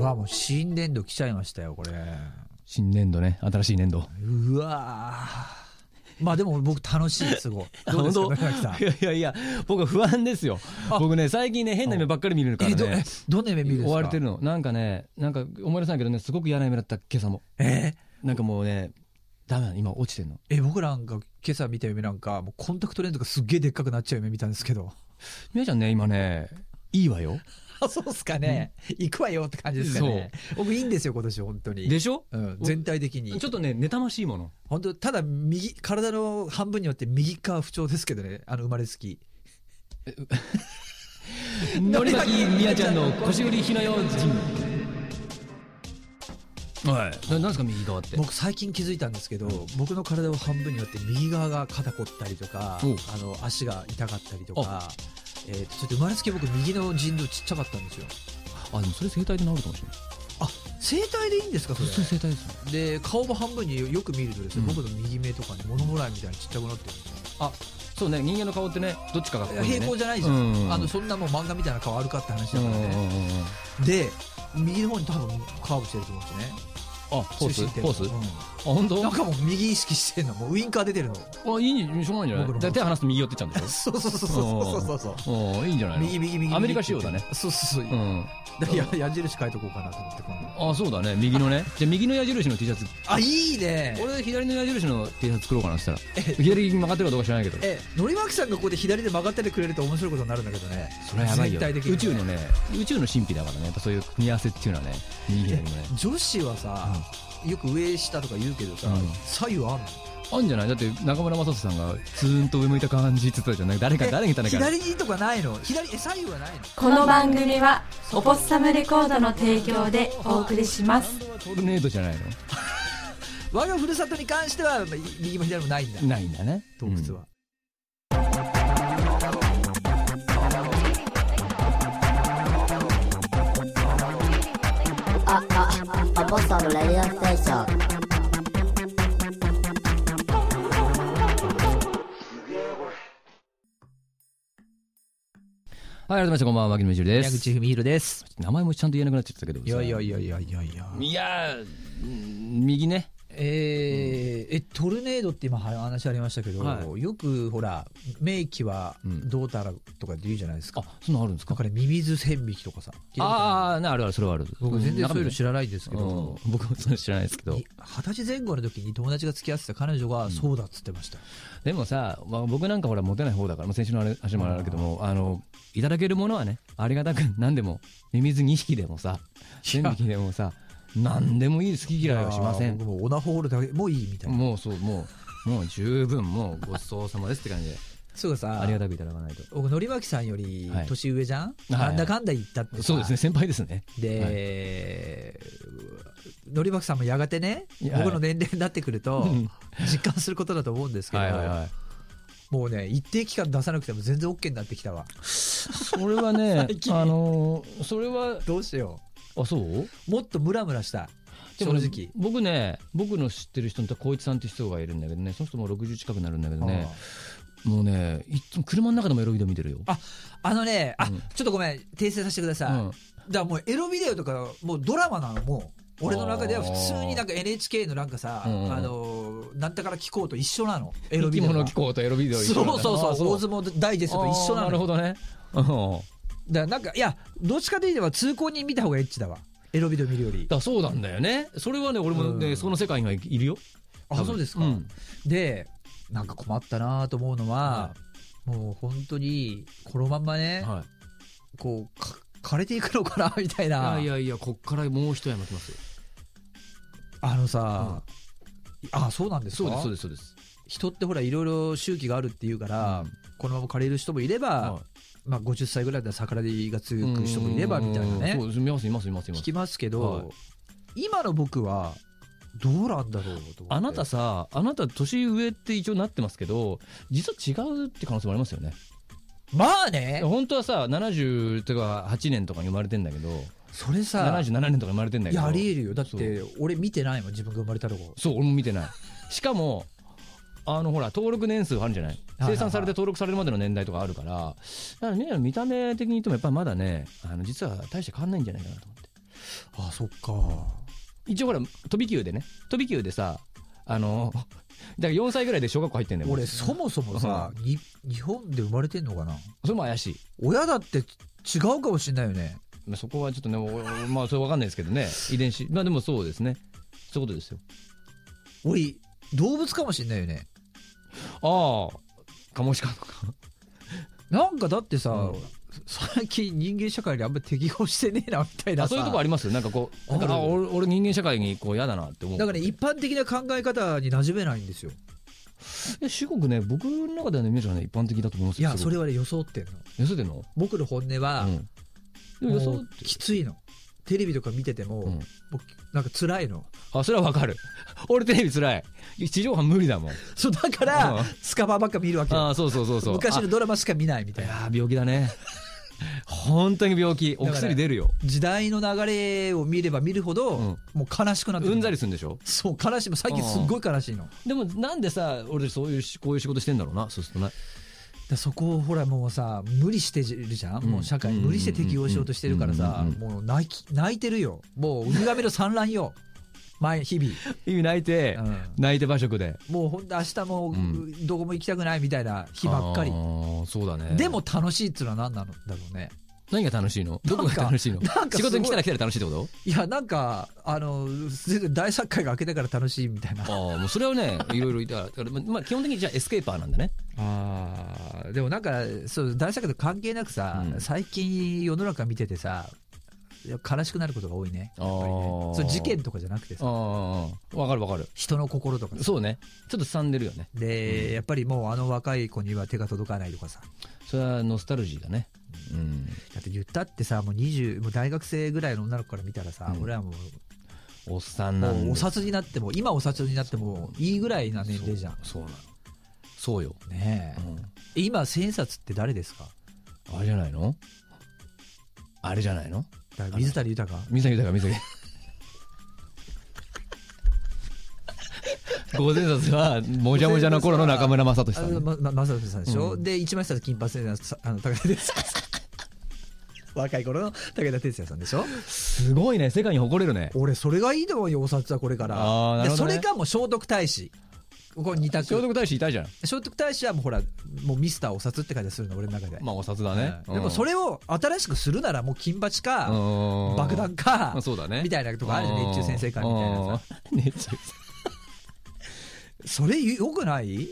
うわもう新年度来ちゃいましたよこれ新年度ね、新しい年度。うわーまあでも僕楽しいす ごいどうですか本当村上さん いやいやいや、僕は不安ですよ。僕ね、最近ね、変な夢ばっかり見るからえどえね。どんな夢見るんですか追われてるの。なんかね、なんか思い出さないけどね、すごく嫌な夢だった、今朝も。えなんかもうね、ダメなの今落ちてんの。え僕なんか今朝見た夢なんかもうコンタクトレンズがすっげえでっかくなっちゃう夢見たんですけ どみやちゃんね、今ね、いいわよ。あそうっすかね、行くわよって感じですかね僕いいんですよ今年本当にでしょうん、全体的にちょっとね、妬ましいも の。本当ただ右体の半分によって右側不調ですけどねあの生まれつきのりまきみやちゃんの腰振り火の用心。はい。ななんですか、右側って。僕最近気づいたんですけど、僕の体を半分によって右側が肩凝ったりとかおうあの足が痛かったりとか、えーとちょっと生まれつき僕右の腎臓ちっちゃかったんですよあ、でもそれ整体で治るかもしれない。あ整体でいいんですかそれそれ整体ですよ ね。で顔も半分によく見るとですね、うん僕の右目とかね物もらいみたいにちっちゃくなってるんですねあ、そうね、人間の顔ってね、どっちかがここにね平行じゃないじゃん、うんうんうんあのそんなもう漫画みたいな顔あるかって話うだんかうらんうんね、うんで右の方に多分カーブしてると思うんですよねあ、ホース中心点ホースうんあ、本当なんかもう右意識してんのもうウインカー出てるのあ、いいに、しょうがないんじゃ僕なのいだ手離すと右寄ってっちゃうんでしそうそうそうそうそうそうょうん、いいんじゃないの右右右アメリカ仕様だね。そうそうそう。うん。だからや矢印書いとこうかなと思って今度。あ、そうだね、右のね。じゃあ右の矢印の T シャツ。あ、いいね。俺左の矢印の T シャツ作ろうかなって言ったら。え左に曲がってるかどうか知らないけど。え、のりまきさんがここで左で曲がっててくれると面白いことになるんだけどね。それはやばいよ。全体的にね宇宙のね、宇宙の神秘だからね、やっぱそういう組み合わせっていうのはね、右左のね。女子はさ、よく上下とか言うけどさ、うん左右あんのあんじゃないだって中村雅人さんが、ツーンと上向いた感じって言ってたじゃん。なんか誰か、え誰に言ったんだっけ左にとかないの左、え、左右はないのこの番組はオポッサムレコードの提供でお送りしますトルネードじゃないの我がふるさとに関しては、まあい右も左もないんだ。ないんだね。洞窟は。あ、あ、アポストのレディオステーション。はい、改めまして、こんばんは、牧野みちるで矢す。口文弘です。名前もちゃんと言えなくなっちゃったけど。いやいやいやいやいやいや。いやーうん右ね。えーえトルネードって今は話ありましたけど、はよくほら名機はうんどうたらとかって言うじゃないですか、あ、そんなのあるんですだかからミミズ線引きとかさああ、な、あるある、それはある。僕全然そういうの知ららないんですけど僕もそれ知らないですけどに。二十歳前後の時に友達が付き合ってた彼女がそうだっつってました、でもさ、まあ、僕なんかほら、モテない方だから、まあ、先週のあれ話もあるけども、あの、いただけるものはね、ありがたく、何でも、ミミズ2匹でもさ、1000匹でもさ、何でもいい好き嫌いはしませいやーん。僕もうオナホールだけもういいみたいな、もうそう、もう、もう十分、もうごちそうさまですって感じで、そうさありがたくいただかないと。僕のりまきさんよりはい年上じゃん、はいなんだかんだ言ったってさそうですね、先輩ですね。で、のりばくさんもやがてね、いや僕の年齢になってくるとん、実感することだと思うんですけど、はいはいはい。もうね、一定期間出さなくても全然 OK になってきたわ。それは ね最、近あのーそれは、どうしよあ、そうう。もっとムラムラした。で正もね直。僕ね、僕の知ってる人に、光一さんって人がいるんだけどね、その人も60近くなるんだけどね、もうね、いっつも車の中でもエロビデオ見てるよ。あのね、あ、うんちょっとごめん、訂正させてください。うんだからもうエロビデオとか、もうドラマなの、もう。俺の中では普通になんか NHK のなんかさ、うんうんあのーなんだから聞こうと一緒なの。エロ生ビきデオ物が。機構とエロビデオ一緒なんそうだそうあそう、大相撲ダイジェストと一緒あなーなのる。ほどね。うんだからなんかいやどっちかというと通行人見た方がエッチだわエロビデオ見るよりだそうなんだよね。それはね、俺もうね、んその世界にはいるよ。多あ分そうですか、んでなんか困ったなと思うのは、もう本当にこのまんまね、はい。こうか枯れていくのかなみたいいなやいやいや、こっからもう一山来ますよ。あのさ、あそうなんですそうかです、そうです、そうです。人ってほらいろいろ周期があるっていうから、うんこのまま枯れる人もいれば、まあ、50歳ぐらいだったら逆らいが強く人もいればみたいなねうんそうです、います、います、います、います聞。きますけど、は今の僕はどうなんだろうと思ってあなたさ、あなた年上って一応なってますけど、実は違うって可能性もありますよね。まあね本当はさ、70とか8年とかに生まれてんだけど、それさ77年とかに生まれてんだいけど。やありえるよだっそうて俺見てないもん自分が生まれたとこそう、俺も見てない。しかも、あのほら登録年数あるんじゃないはい生産されて登録されるまでの年代とかあるから、だからね、見た目的に言ってもやっぱりまだね、あの実は大して変わんないんじゃないかなと思って。あそっか一応ほら、飛び級でね、飛び級でさ、あの、だから4歳ぐらいで小学校入ってんだよ。俺そそもそもさ、に日本で生まれてんのかなれも怪しい。親だって違うかもしれないよねまあ、そこはちょっとね、おおまあそれわかんないですけどね、遺伝子。まあでもそうですね。そういうことですよ。俺動物かもしれないよねああ、カモシカとか。なんかだってさ、うん最近人間社会にあんまり適応してねえなみたいなあさそういうとこありますなんかこう、なんかあるあ俺俺人間社会にこう嫌だなって思う。だからね一般的な考え方に馴染めないんですよえ至極ね、僕の中でのイメージはね、一般的だと思うんですいよ。やすそごくれはね装ってんのえそうでんの僕の本音は、うん。でもも予う想ってきついのテレビとか見てても,、うんもうなんか辛いのあ、それはわかる。 俺テレビつらい。地上波無理だもん。そうだから、うんスカパーばっか見るわけよあそうそうそうそう。昔のドラマしか見ないみあたいいやなー病気だね。本当に病気。お薬出るよ。時代の流れを見れば見るほど、うんもう悲しくなってくうるんざりするんでしょそう悲しいもう最近すっごい悲しいの、だかでもなんでさ、俺そういうし、こういう仕事してんだろうな。そうするとね。らそこをほらもうさ無理してるじゃん、うんもう社会うん無理して適応しようとしてるからさ、うんもう泣き泣いてるよもうウミガメの産卵よ毎日々、意味泣いて、うん泣いて馬食で。もうほんと明日もんどこも行きたくないみたいな日ばっかりあ、ーそうだね。でも、楽しいっつうのは何なのだろうね何が楽しいのどこがなんか楽しいのなんかす仕ごい事に来たら来たら楽しいってこといやなんかあの全然大作会が明けてから楽しいみたいなああ、もうそれはね、いろいろいただから、ままあ基本的にじゃあエスケーパーなんだね。あーでもなんかそう大作と関係なくさ、うん最近世の中見ててさいや悲しくなることが多いねやっぱりねあーそう事件とかじゃなくてさああ、わかるわかる。人の心とかさそうね。ちょっとさんでるよね。で、やっぱりもうあの若い子には手が届かないとかさそれはノスタルジーだね。うん。だって言ったってさもう20もう大学生ぐらいの女の子から見たらさ、うん俺はもおっさんうなんでもうお札になっても今お札になってもいいぐらいな年齢じゃんそうなの。そうよ。ねえ、う今千冊って誰ですかん。あれじゃないのあれじゃないのだから水谷豊水だから水谷。午前札は、もじゃもじゃの頃の中村雅俊あさんね。ま、ま、まさとさんでしょ、うんで、一番下で金髪で、あの、高田哲也 さん。若い頃の武田鉄矢さんでしょすごいね。世界に誇れるね。俺、それがいいのよ、お札はこれから。あーなるほどねでそれかもう聖徳太子。ここ二択。聖徳太子いたじゃん。聖徳太子はもうほら、もうミスターお札って感じがするの、俺の中で。まあ、お札だね。うんでもそれを新しくするならもう金鉢うん、か、うん爆弾か、まあそうだね。みたいなとこあるじゃん熱中先生会みたいなさ。うん。熱中先それよくない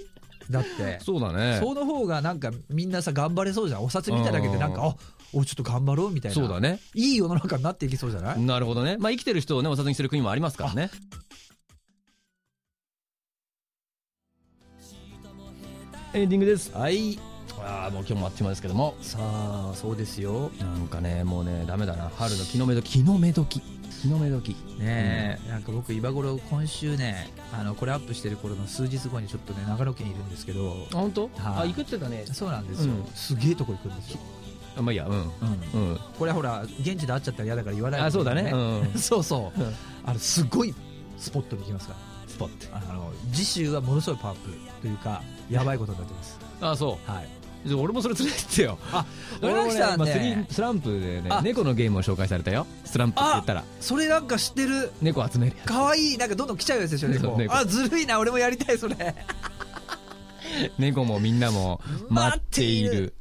だって生。そうだね。その方がなんかみんなさ頑張れそうじゃんお札見ただけでなんかうんあおちょっと頑張ろうみたいなそうだね。いい世の中になっていきそうじゃない、なるほどね。まあ生きてる人をね、お札にする国もありますからね。エンディングです。はい。ああ、もう今日もあっという間ですけども。さあそうですよなんかね、もうね、ダメだな。春の木の芽時、木の芽時。木の芽時。ねえ、なんか僕今頃今週ねあのこれアップしてる頃の数日後にちょっとね長野県いるんですけどあ、本当はいあ、行くって言ったね。そうなんですよ、うんすげえとこ行くんですよ、あまあいいや、うん。うん、うん。これはほら現地で会っちゃったら嫌だから言わないあ、そうだね。うよん。そうそう、うんあのすごいスポットに行きますからスポッて。あの次週はものすごいパワーアップというかやばいことになってますあ、そはい、う。じゃあ俺もそれ連れてってよ。あ俺村も木ねさんまあね、スリスランプでねあ猫のゲームを紹介されたよスランプって言ったらそれなんか知ってる猫集める可愛いなんかどんどん来ちゃうやつでしょそう猫猫あずるいな俺もやりたいそれやつ猫もみんなも待っている